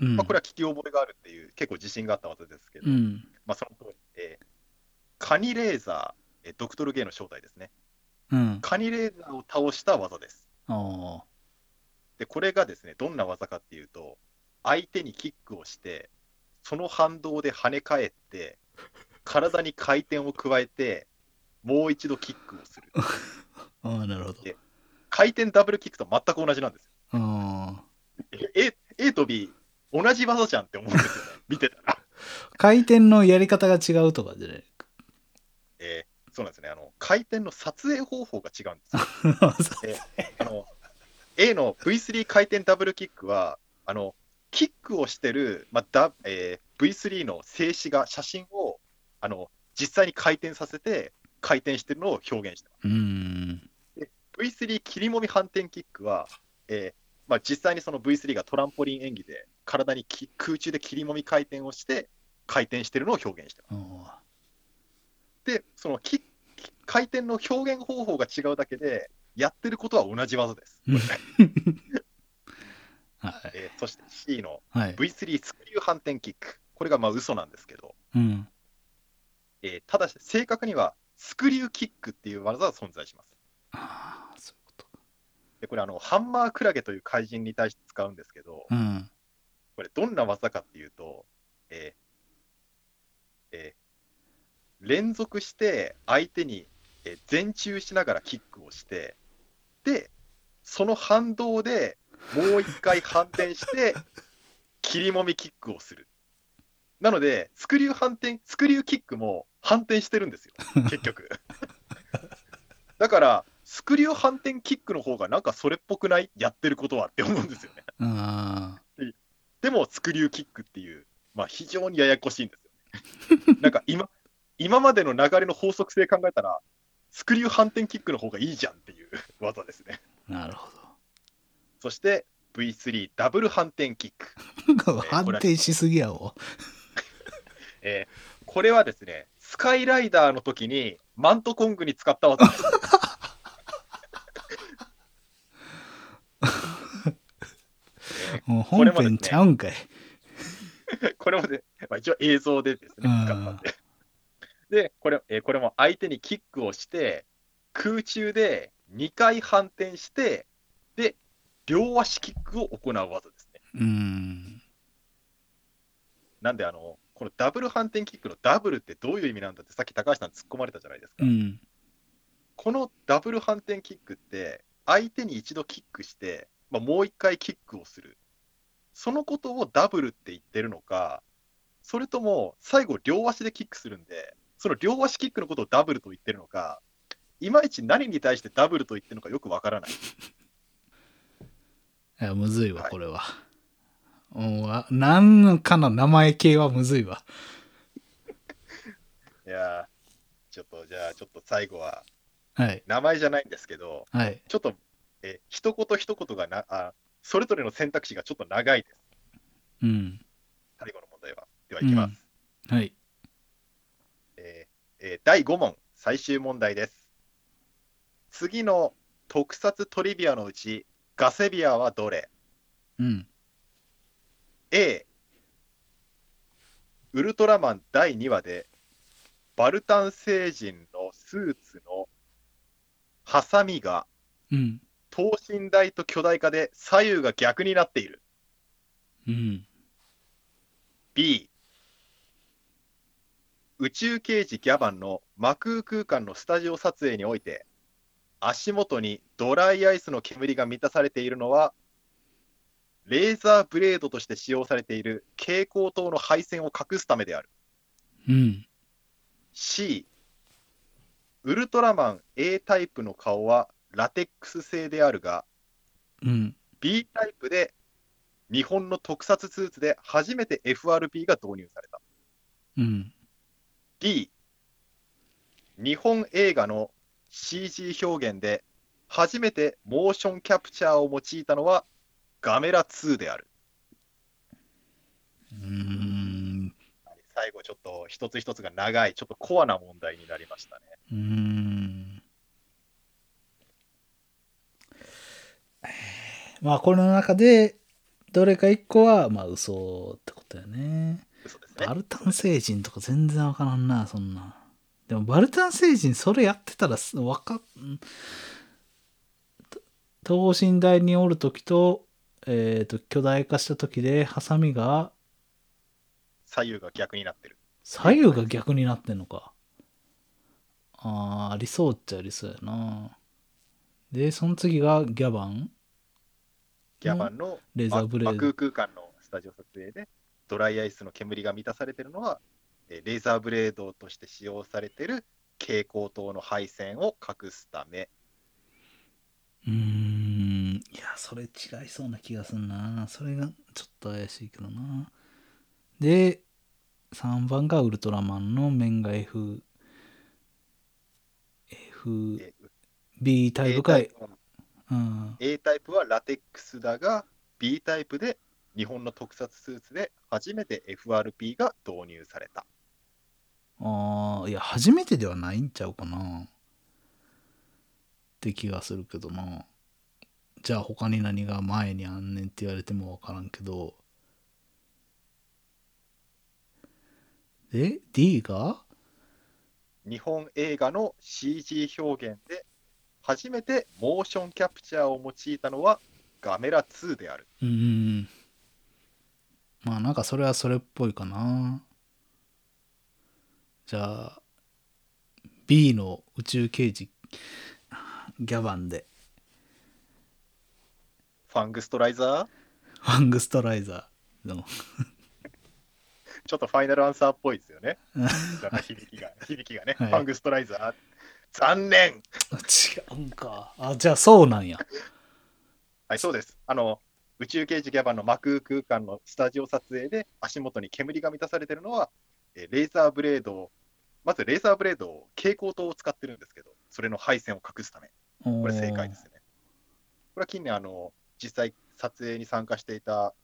Speaker 1: うん。
Speaker 2: まあ、これは聞き覚えがあるっていう、結構自信があった技ですけど、
Speaker 1: うん。
Speaker 2: まあ、その通り、えーカニレーザー、えードクトルゲイの正体ですね。
Speaker 1: うん。
Speaker 2: カニレーザーを倒した技です。
Speaker 1: おー
Speaker 2: で、これがですね、どんな技かっていうと、相手にキックをして、その反動で跳ね返って、体に回転を加えて、もう一度キックをする。
Speaker 1: あーなるほど。
Speaker 2: で回転ダブルキックと全く同じなんです
Speaker 1: あ
Speaker 2: よ。え A, A と B、同じ技じゃんって思うんですよ、ね、見てたら。
Speaker 1: ー回転のやり方が違うとかじゃない
Speaker 2: えーそうなんですねあの、回転の撮影方法が違うんですよ。 あの A の V3 回転ダブルキックは、あのキックをしてる、まあだえー V3 の静止画、写真をあの実際に回転させて、回転してるのを表現して
Speaker 1: うーん。
Speaker 2: ます。V3 切りもみ反転キックは、えーまあ、実際にその V3 がトランポリン演技で、体にき空中で切りもみ回転をして、回転してるのを表現してます
Speaker 1: おー
Speaker 2: で、そのきき回転の表現方法が違うだけで、やってることは同じ技です。
Speaker 1: うんはい。
Speaker 2: えーそして C の
Speaker 1: はい。
Speaker 2: V3 スクリュー反転キック。これがまあ嘘なんですけど、
Speaker 1: うん。
Speaker 2: えーただし正確にはスクリューキックっていう技は存在します。
Speaker 1: ああ、そういうことか。
Speaker 2: でこれあの、ハンマークラゲという怪人に対して使うんですけど、
Speaker 1: うん。
Speaker 2: これどんな技かっていうと、えーえー連続して相手に、えー前中しながらキックをして、で、その反動でもう一回反転して、切りもみキックをする。なので、スクリュー反転、スクリューキックも反転してるんですよ、結局。だから、スクリュー反転キックの方がなんかそれっぽくないやってることはって思うんですよね。
Speaker 1: あ
Speaker 2: でもスクリューキックっていう、まあ、非常にややこしいんですよ、ね。なん か今今までの流れの法則性考えたら、スクリュー反転キックの方がいいじゃんっていう 技ですね。
Speaker 1: あ、なるほど。
Speaker 2: そして V3 ダブル反転キック。
Speaker 1: 反転しすぎやお。
Speaker 2: えーこれはですね、スカイライダーの時にマントコングに使った技 です。
Speaker 1: もう本編ちゃうんかい。
Speaker 2: これもね、まあ、一応映像でです
Speaker 1: う
Speaker 2: ね、
Speaker 1: ん
Speaker 2: 使ったんで。で、これ、えーこれも相手にキックをして、空中で2回反転して、で、両足キックを行う技ですね。
Speaker 1: うん。
Speaker 2: なんで、あの、このダブル反転キックのダブルってどういう意味なんだって、さっき高橋さん突っ込まれたじゃないですか。
Speaker 1: うん。
Speaker 2: このダブル反転キックって、相手に一度キックして、まあ、もう一回キックをする。そのことをダブルって言ってるのか、それとも最後両足でキックするんで、その両足キックのことをダブルと言ってるのか、いまいち何に対してダブルと言ってるのかよくわからない。
Speaker 1: いや、むずいわ、
Speaker 2: はい
Speaker 1: これは。うんあ、なんかの名前系はむずいわ。
Speaker 2: いやーちょっとじゃあちょっと最後は、
Speaker 1: はい。
Speaker 2: 名前じゃないんですけど、
Speaker 1: はい。
Speaker 2: ちょっと、え、一言一言がな、あ、それぞれの選択肢がちょっと長いです。
Speaker 1: うん。
Speaker 2: 最後の問題は。では、いきます。
Speaker 1: はい。
Speaker 2: えーえー第5問最終問題です次の特撮トリビアのうちガセビアはどれ
Speaker 1: うん。
Speaker 2: A ウルトラマン第2話でバルタン星人のスーツのハサミが
Speaker 1: うん。
Speaker 2: 等身大と巨大化で左右が逆になっている
Speaker 1: うん。
Speaker 2: B 宇宙刑事ギャバンの魔空空間のスタジオ撮影において足元にドライアイスの煙が満たされているのはレーザーブレードとして使用されている蛍光灯の配線を隠すためである
Speaker 1: うん。
Speaker 2: C ウルトラマン A タイプの顔はラテックス製であるが
Speaker 1: うん。
Speaker 2: B タイプで日本の特撮スーツで初めて FRP が導入された
Speaker 1: うん
Speaker 2: D 日本映画の CG 表現で初めてモーションキャプチャーを用いたのはガメラ2である
Speaker 1: うーん。
Speaker 2: 最後ちょっと一つ一つが長いちょっとコアな問題になりましたね
Speaker 1: うーん。まあ、これの中で、どれか一個は、まあ、嘘ってことだよね。
Speaker 2: 嘘ですね
Speaker 1: バルタン星人とか全然わからんな、そんな。でも、バルタン星人、それやってたらす、わかん。と等身大におるときと、えっ、と、巨大化したときで、ハサミが、
Speaker 2: 左右が逆になってる
Speaker 1: 左右が逆になってんのか。あー、ありそうっちゃありそうやな。で、その次がギャバン
Speaker 2: ギャバンの
Speaker 1: レーザーブレー
Speaker 2: ま
Speaker 1: ド
Speaker 2: 魔。空空間のスタジオ撮影でドライアイスの煙が満たされてるのはえーレーザーブレードとして使用されてる蛍光灯の配線を隠すため
Speaker 1: うーん。いや、それ違いそうな気がすんな。それがちょっと怪しいけどな。で、3番がウルトラマンの面が F、
Speaker 2: えー
Speaker 1: FB タイプか
Speaker 2: A
Speaker 1: い
Speaker 2: タ。イプの
Speaker 1: うん
Speaker 2: A タイプはラテックスだが、B タイプで日本の特撮スーツで初めて FRP が導入された。
Speaker 1: ああ、いや、初めてではないんちゃうかな。って気がするけどな。じゃあ他に何が前にあんねんって言われてもわからんけど。で、D が
Speaker 2: 日本映画の CG 表現で初めてモーションキャプチャーを用いたのはガメラ2である。
Speaker 1: うーん。まあなんかそれはそれっぽいかな。じゃあ、B の宇宙刑事、ギャバンで、
Speaker 2: ファングストライザー
Speaker 1: ファングストライザーの。
Speaker 2: ちょっとファイナルアンサーっぽいですよね。 なんか響きが、響きがね、
Speaker 1: はい
Speaker 2: ファングストライザー。残念
Speaker 1: 違うんか。あ、じゃあそうなんや。
Speaker 2: はい、そうです。あの、宇宙刑事ギャバンの魔空空間のスタジオ撮影で足元に煙が満たされてるのは、えーレーザーブレードを、まずレーザーブレードを蛍光灯を使ってるんですけど、それの配線を隠すため、
Speaker 1: こ
Speaker 2: これ正解です。ね。これは近年、あの、実際撮影に参加していた、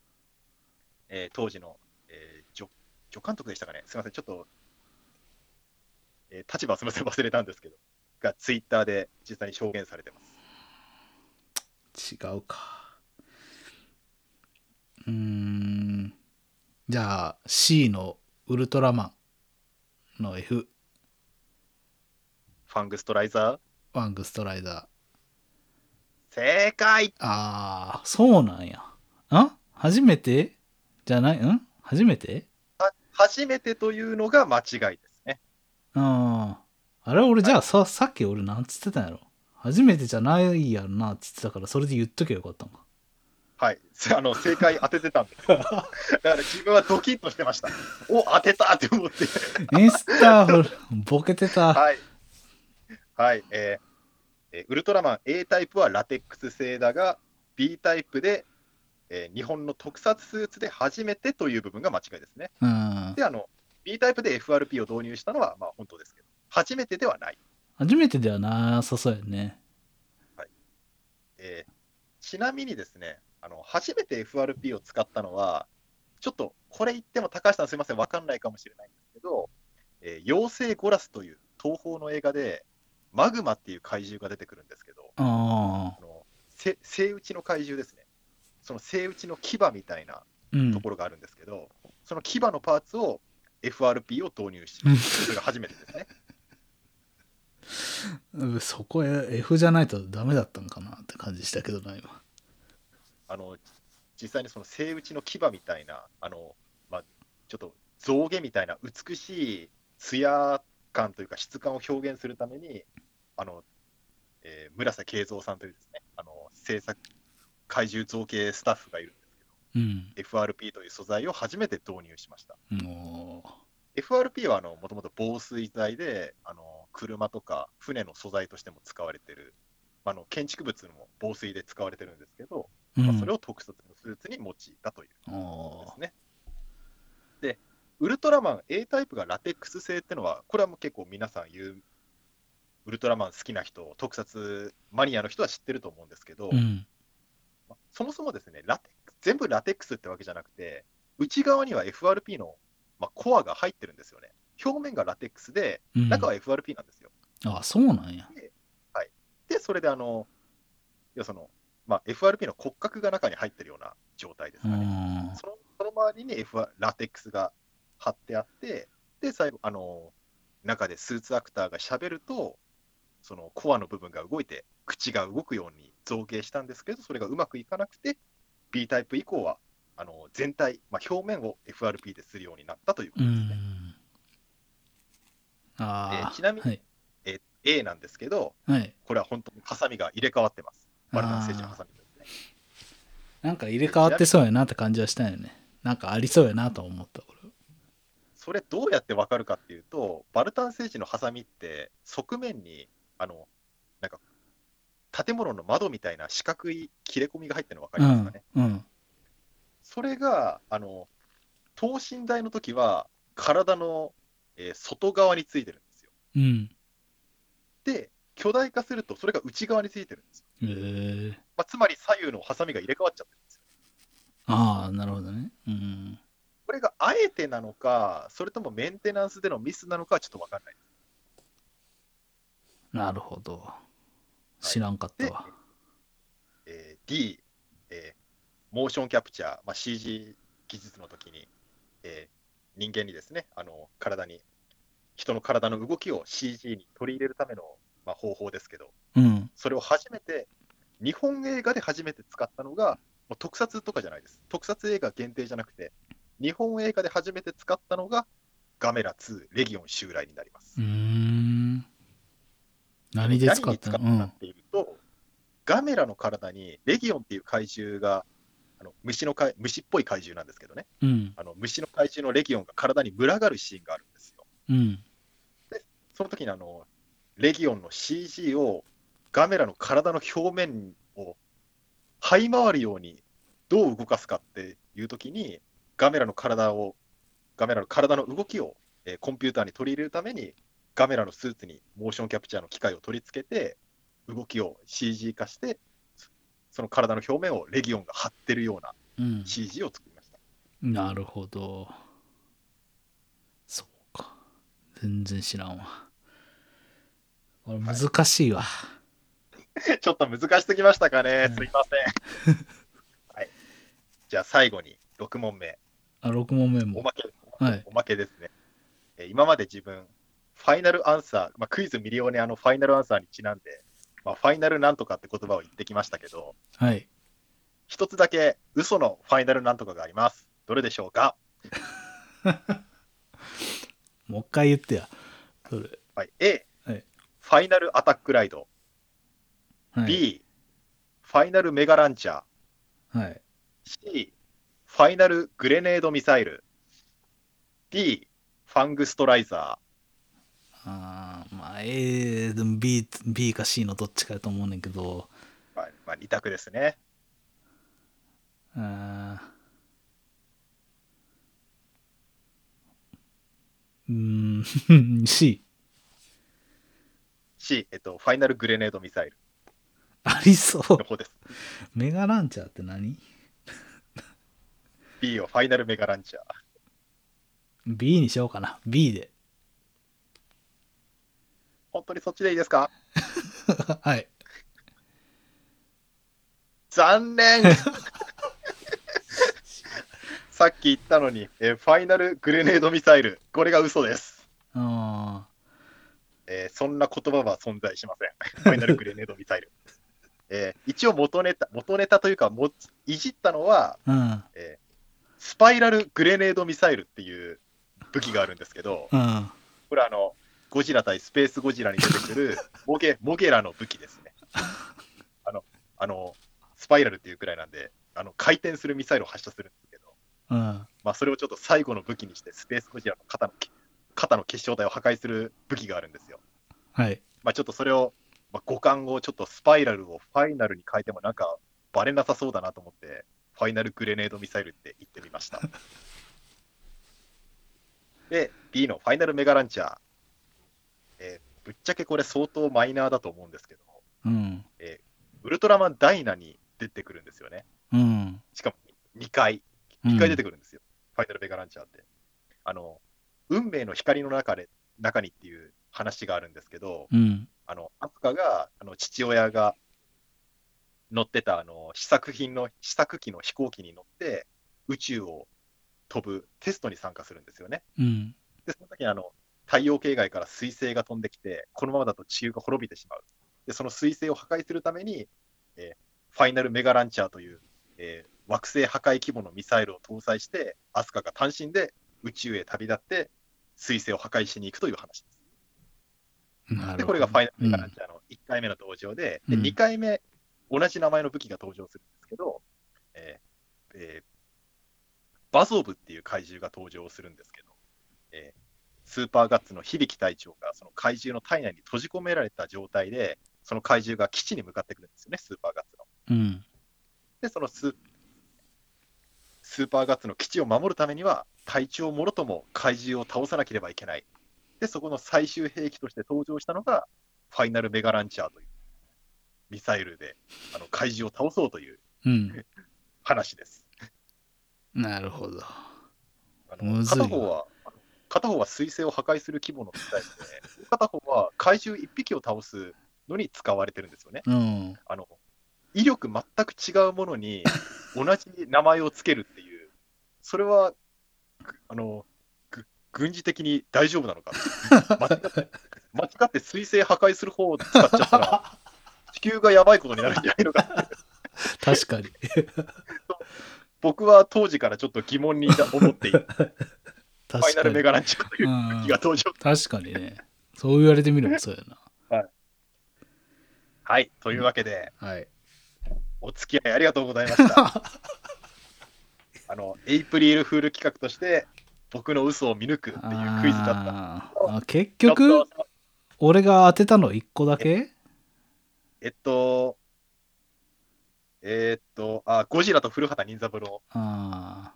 Speaker 2: えー当時の、えー助助監督でしたかね、すみません、ちょっと、えー立場はすみません、忘れたんですけど、がツイッターで実際に証言されてます。
Speaker 1: 違うか。うーん。じゃあ C のウルトラマンの F。
Speaker 2: ファングストライザー
Speaker 1: ワングストライダ
Speaker 2: 正解
Speaker 1: ー。ああ、そうなんや。ん初めてじゃないん初めて
Speaker 2: は初めてというのが間違いですね。
Speaker 1: うん。あれ俺じゃあさ、さっき俺なんつってたんやろ初めてじゃないやんなって言ってたから、それで言っとけばよかったんか。
Speaker 2: はい。 せあの、正解当ててたんです。だから自分はドキッとしてました。お、当てたって思って。
Speaker 1: インスタ、ほらボケてた。
Speaker 2: はい。はい。えーえーウルトラマン A タイプはラテックス製だが、B タイプで、えー日本の特撮スーツで初めてという部分が間違いですね。
Speaker 1: うん。
Speaker 2: で、あの、B タイプで FRP を導入したのは、まあ本当ですけど、初めてではない。
Speaker 1: 初めてではなさそうやね。
Speaker 2: えーちなみにですね、あの初めて FRP を使ったのは、ちょっとこれ言っても高橋さんすみません、わかんないかもしれないんですけど、えー妖精ゴラスという東宝の映画で、マグマっていう怪獣が出てくるんですけど、
Speaker 1: ああ
Speaker 2: あ。のせセイウチの怪獣ですね、そのセイウチの牙みたいな
Speaker 1: うん
Speaker 2: と。ころがあるんですけど、その牙のパーツを FRP を 導入しました。それが初めてですね。
Speaker 1: うんそこへ F じゃないとダメだったんかなって感じしたけどな、今。
Speaker 2: あの実際にそのセイウチの牙みたいな、あのまあ、ちょっと象牙みたいな美しい艶感というか質感を表現するために、あのえー村瀬慶三さんというですねあの制作怪獣造形スタッフがいるんです
Speaker 1: うん。
Speaker 2: けど、FRP という素材を初めて導入しました。
Speaker 1: おー
Speaker 2: FRP はあのもともと防水材であの車とか船の素材としても使われてる、まああの建築物も防水で使われてるんですけど、
Speaker 1: うん。
Speaker 2: まあ、それを特撮のスーツに用いたという。
Speaker 1: お
Speaker 2: で
Speaker 1: ー
Speaker 2: すね。で、ウルトラマン A タイプがラテックス製ってのは、これはもう結構皆さん言う、ウルトラマン好きな人、特撮マニアの人は知ってると思うんですけど、
Speaker 1: うん。
Speaker 2: まあそもそもですねラテックス、全部ラテックスってわけじゃなくて、内側には FRP の、まあ、コアが入ってるんですよね。表面がラテックスで、
Speaker 1: うん
Speaker 2: 中は FRP なんですよ。
Speaker 1: あ、そうなんや。
Speaker 2: で、それであの、要はその、まあ、FRP の骨格が中に入ってるような状態です
Speaker 1: う
Speaker 2: かね。
Speaker 1: ん。
Speaker 2: そのその周りに F はラテックスが貼ってあって、で、最後、あの中でスーツアクターが喋ると、そのコアの部分が動いて、口が動くように造形したんですけど、それがうまくいかなくて、B タイプ以降は、あの全体、まあ、表面を FRP でするようになったというこ
Speaker 1: う
Speaker 2: とですね。
Speaker 1: ん。あ
Speaker 2: えー
Speaker 1: あ。
Speaker 2: ちなみに
Speaker 1: はい。
Speaker 2: え A なんですけど、
Speaker 1: はい。
Speaker 2: これは本当にハサミが入れ替わってます。バルタン星人のハサミですね。
Speaker 1: なんか入れ替わってそうやなって感じはしたよね。なんかありそうやなと思った。俺
Speaker 2: それどうやってわかるかっていうと、バルタン星人のハサミって、側面に、あの、なんか、建物の窓みたいな四角い切れ込みが入ってるの分かりますかね。
Speaker 1: うん。うん。
Speaker 2: それが、あの、等身大の時は、体の、えー外側についてるんですよ。
Speaker 1: うん。
Speaker 2: で、巨大化すると、それが内側についてるんですよ。
Speaker 1: えー。
Speaker 2: まあ、つまり左右のハサミが入れ替わっちゃってるんですよ。
Speaker 1: ああ、なるほどね。うん。
Speaker 2: これがあえてなのか、それともメンテナンスでのミスなのかはちょっと分かんない。
Speaker 1: なるほど。知らんかったわ。
Speaker 2: えー D、えーモーションキャプチャー、まあ、CG 技術の時に、えー人間にですね、あの体に、人の体の動きを CG に取り入れるための、まあ、方法ですけど、
Speaker 1: うん。
Speaker 2: それを初めて、日本映画で初めて使ったのが、もう特撮とかじゃないです。特撮映画限定じゃなくて、日本映画で初めて使ったのが、ガメラ2、レギオン襲来になります
Speaker 1: うー。ん。何で使ったのう
Speaker 2: 何に使
Speaker 1: ん
Speaker 2: っ。ていうと、ガメラの体にレギオンっていう怪獣が、あの虫のかい虫っぽい怪獣なんですけどね
Speaker 1: うん。
Speaker 2: あの、虫の怪獣のレギオンが体に群がるシーンがあるんですよ。
Speaker 1: うん。
Speaker 2: その時にあのレギオンの CG をガメラの体の表面を這い回るようにどう動かすかっていう時に、ガメラの体を、ガメラの体の動きを、えーコンピューターに取り入れるために、ガメラのスーツにモーションキャプチャーの機械を取り付けて、動きを CG 化して、そその体の表面をレギオンが張ってるような
Speaker 1: うん。
Speaker 2: CG を作りました。
Speaker 1: なるほど。そうか。全然知らんわ。これ
Speaker 2: はい
Speaker 1: 難しいわ。
Speaker 2: ちょっと難しすぎましたかね
Speaker 1: う。ん
Speaker 2: すいません。 はい、じゃあ最後に6問目。
Speaker 1: あ、6問目
Speaker 2: お
Speaker 1: も。
Speaker 2: まけ、
Speaker 1: はい
Speaker 2: おまけですね。えー今まで自分、ファイナルアンサー、まあ、クイズミリオネアのファイナルアンサーにちなんで、まあ、ファイナルなんとかって言葉を言ってきましたけど、
Speaker 1: はい。
Speaker 2: 一つだけ嘘のファイナルなんとかがあります。どれでしょうか、
Speaker 1: もう一回言ってや。それ。
Speaker 2: はい、?A、
Speaker 1: はい
Speaker 2: ファイナルアタックライド、
Speaker 1: はい。
Speaker 2: B、ファイナルメガランチャー、
Speaker 1: はい。
Speaker 2: C、ファイナルグレネードミサイル、D、ファングストライザ
Speaker 1: あーまあ、A、でも B、B か C のどっちかやと思うねんけど、
Speaker 2: ー、まあまあ、2択ですね。
Speaker 1: あーうーん、C。
Speaker 2: C、えっと、ファイナルグレネードミサイル
Speaker 1: あり そう
Speaker 2: の。方です。
Speaker 1: メガランチャーって何
Speaker 2: B をファイナルメガランチャー。
Speaker 1: ?B にしようかな。B で。
Speaker 2: 本当にそっちでいいですか
Speaker 1: はい。
Speaker 2: 残念さっき言ったのに、えーファイナルグレネードミサイル、これが嘘です。
Speaker 1: あ
Speaker 2: えーそんな言葉は存在しません。ファイナルグレネードミサイル。えー一応元ネタ、元ネタというか、もいじったのは、
Speaker 1: あ、うん。
Speaker 2: スパイラルグレネードミサイルっていう武器があるんですけど、
Speaker 1: うん。
Speaker 2: これあの、ゴジラ対スペースゴジラに出てくるモゲモゲラの武器ですね。あの、あの、スパイラルっていうくらいなんで、あの回転するミサイルを発射するんですけど、
Speaker 1: うん。
Speaker 2: まあ、それをちょっと最後の武器にして、スペースゴジラの肩の肩の結晶体を破壊する武器があるんですよ。
Speaker 1: はい。
Speaker 2: まあ、ちょっとそれを、まあ、五感をちょっとスパイラルをファイナルに変えてもなんかバレなさそうだなと思って、ファイナルグレネードミサイルって言ってみました。で、B のファイナルメガランチャー。えーぶっちゃけこれ相当マイナーだと思うんですけど、
Speaker 1: うん。
Speaker 2: ウルトラマンダイナに出てくるんですよね。
Speaker 1: うん。
Speaker 2: しかも2回、
Speaker 1: うん
Speaker 2: 2回出てくるんですよ。ファイナルメガランチャーって。あの、運命の光の中で、中にっていう話があるんですけど、
Speaker 1: うん。
Speaker 2: あの、アプカが、あの、父親が乗ってた、あの、試作品の、試作機の飛行機に乗って、宇宙を飛ぶテストに参加するんですよね。
Speaker 1: うん。
Speaker 2: で、その時に、あの、太陽系外から彗星が飛んできて、このままだと地球が滅びてしまう。で、その彗星を破壊するために、えーファイナルメガランチャーという、えー惑星破壊規模のミサイルを搭載して、アスカが単身で宇宙へ旅立って、彗星を破壊しに行くという話です。
Speaker 1: なるほど
Speaker 2: で、これがファイナルメガランチャーの1回目の登場で、
Speaker 1: うん
Speaker 2: で2回目、同じ名前の武器が登場するんですけど、えーえーバゾーブっていう怪獣が登場するんですけど、えースーパーガッツの響隊長がその怪獣の体内に閉じ込められた状態で、その怪獣が基地に向かってくるんですよね、スーパーガッツの。
Speaker 1: うん。
Speaker 2: で、そのスースーパーガッツの基地を守るためには、隊長もろとも怪獣を倒さなければいけない。で、そこの最終兵器として登場したのが、ファイナルメガランチャーというミサイルであの怪獣を倒そうという
Speaker 1: うん。
Speaker 2: 話です。
Speaker 1: なるほど。
Speaker 2: あ
Speaker 1: む
Speaker 2: の
Speaker 1: ずいな
Speaker 2: 片方は片方は彗星を破壊する規模のミサイルで、片方は怪獣1匹を倒すのに使われてるんですよね。
Speaker 1: うん。
Speaker 2: あの威力全く違うも のに同じ名前をつけるっていう、それはぐあのぐ軍事的に大丈 夫なのか間違って、間違って彗星破壊する方を使っちゃったら、地球がやばいことになるんじゃないのかって、
Speaker 1: 確かに。
Speaker 2: 僕は当時からちょっと疑問にいた思って いる、ファ
Speaker 1: 確
Speaker 2: イ
Speaker 1: か
Speaker 2: ナル
Speaker 1: に
Speaker 2: メ。ガランチャーという
Speaker 1: うん
Speaker 2: 気が登場。
Speaker 1: 確かにね。そう言われてみればそうや
Speaker 2: はい、というわけで、
Speaker 1: な。はい。
Speaker 2: お付き合いありがとうござい ました。あのエイプリルフール企画として、僕の嘘を見抜くっていうクイズだった。
Speaker 1: あーあ結
Speaker 2: ちょ
Speaker 1: 局
Speaker 2: っ、と
Speaker 1: 俺が当てたの1個だけ
Speaker 2: えっと、えーっと、あ、ゴジラと古畑任三郎
Speaker 1: あ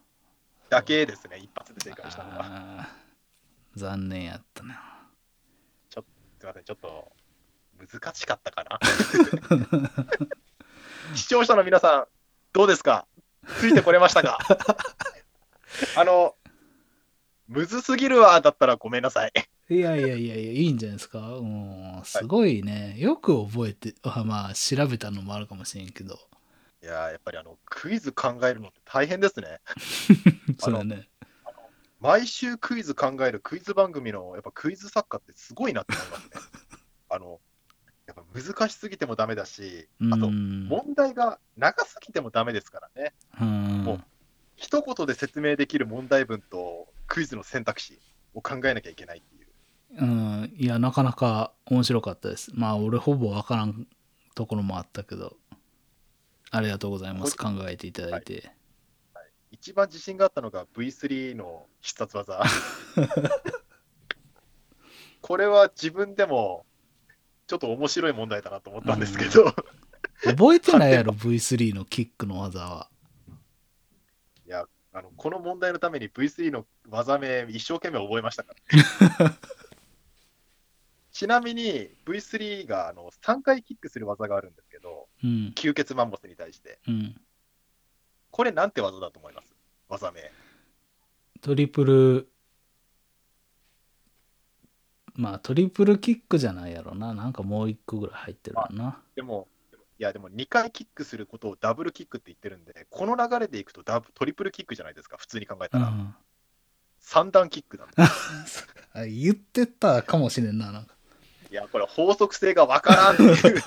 Speaker 2: だけですね、一発で正
Speaker 1: ー
Speaker 2: 解したのは。
Speaker 1: あー。残念やったな。
Speaker 2: すみません、ちょっと難しかったかな。 視聴者の皆さん、どうですかついてこれまし たかあの、むずすぎるわだったらごめんなさい。
Speaker 1: いやいやいやいや、いいんじゃないですか。もう、すごいね。よく覚えて、あまあ、調べたのもあるかもしれんけ ど。
Speaker 2: いやー、やっぱりあの、クイズ考えるのって大変ですね。
Speaker 1: そうだね。
Speaker 2: 毎週クイズ考えるクイズ番組のやっぱクイズ作家ってすごいなって思いますね。 あのやっぱ難しすぎてもダメだし、あと
Speaker 1: うん
Speaker 2: 問題が長すぎてもダメですからね。
Speaker 1: うん
Speaker 2: もう一言で説明できる問題文とクイズの選択肢を考えなきゃいけないっていう。
Speaker 1: うん、いや、なかなか面白かったです。まあ、俺ほぼわからんところもあったけど、ありがとうございます。考えていただいて。
Speaker 2: 一番自信があったのが V3 の必殺 技。これは自分でもちょっと面白い問題だなと思ったんですけど、
Speaker 1: 覚えてないやろ、V3 のキックの技は。
Speaker 2: あのこの問題のために V3 の技名一生懸命覚えましたから。ちなみに V3 があの3回キックする技があるんですけど、
Speaker 1: うん、
Speaker 2: 吸血マンモスに対して、
Speaker 1: うん。
Speaker 2: これなんて技だと思います技名。
Speaker 1: トリプル、まあ、トリプルキックじゃないやろな。なんかもう一個ぐらい入ってるわな。
Speaker 2: でも、いや、でも2回キックすることをダブルキックって言ってるんで、この流れでいくとダブトリプルキックじゃないですか、普通に考え
Speaker 1: う
Speaker 2: たら。
Speaker 1: ん。
Speaker 2: 三段キックだ。
Speaker 1: あ言ってたかもしれんな。なんか
Speaker 2: いや、これ法則性がわからん っていう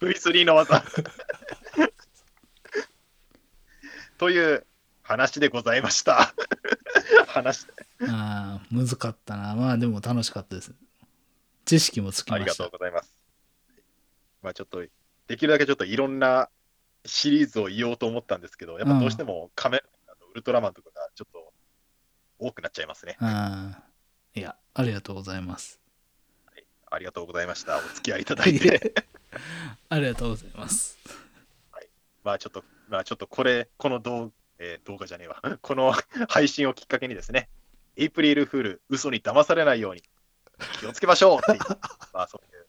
Speaker 2: V3 の技。という話でございました。話、
Speaker 1: ああ、難かったな。まあ、でも楽しかったです。知識もつき
Speaker 2: あ
Speaker 1: ま
Speaker 2: りが
Speaker 1: し
Speaker 2: とう
Speaker 1: た。
Speaker 2: ございます。まあちょっと、できるだけちょっといろんなシリーズを言おうと思ったんですけど、やっぱどうしても仮面ライダーとウルトラマンとかがちょっと多くなっちゃいますね。
Speaker 1: うんいや、ありがとうございます。
Speaker 2: ありがとうございました。お付き合いいただいて。
Speaker 1: ありがとうございます。
Speaker 2: まあちょっと、まあちょっとこれ、この動,、えー動画じゃねえわ。 この配信をきっかけにですね、エイプリルフール、嘘に騙されないように気をつけましょうっていう、まあそういう、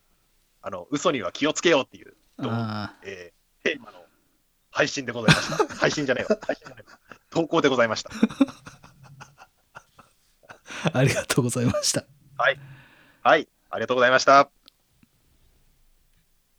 Speaker 2: あの、嘘には気をつけようっていう、どう
Speaker 1: あ
Speaker 2: えーテーマの配信でございました。配信じゃねえわ。配信じゃねえわ投稿でございました。
Speaker 1: ーありがとうございました。
Speaker 2: はい。ありがとうございました。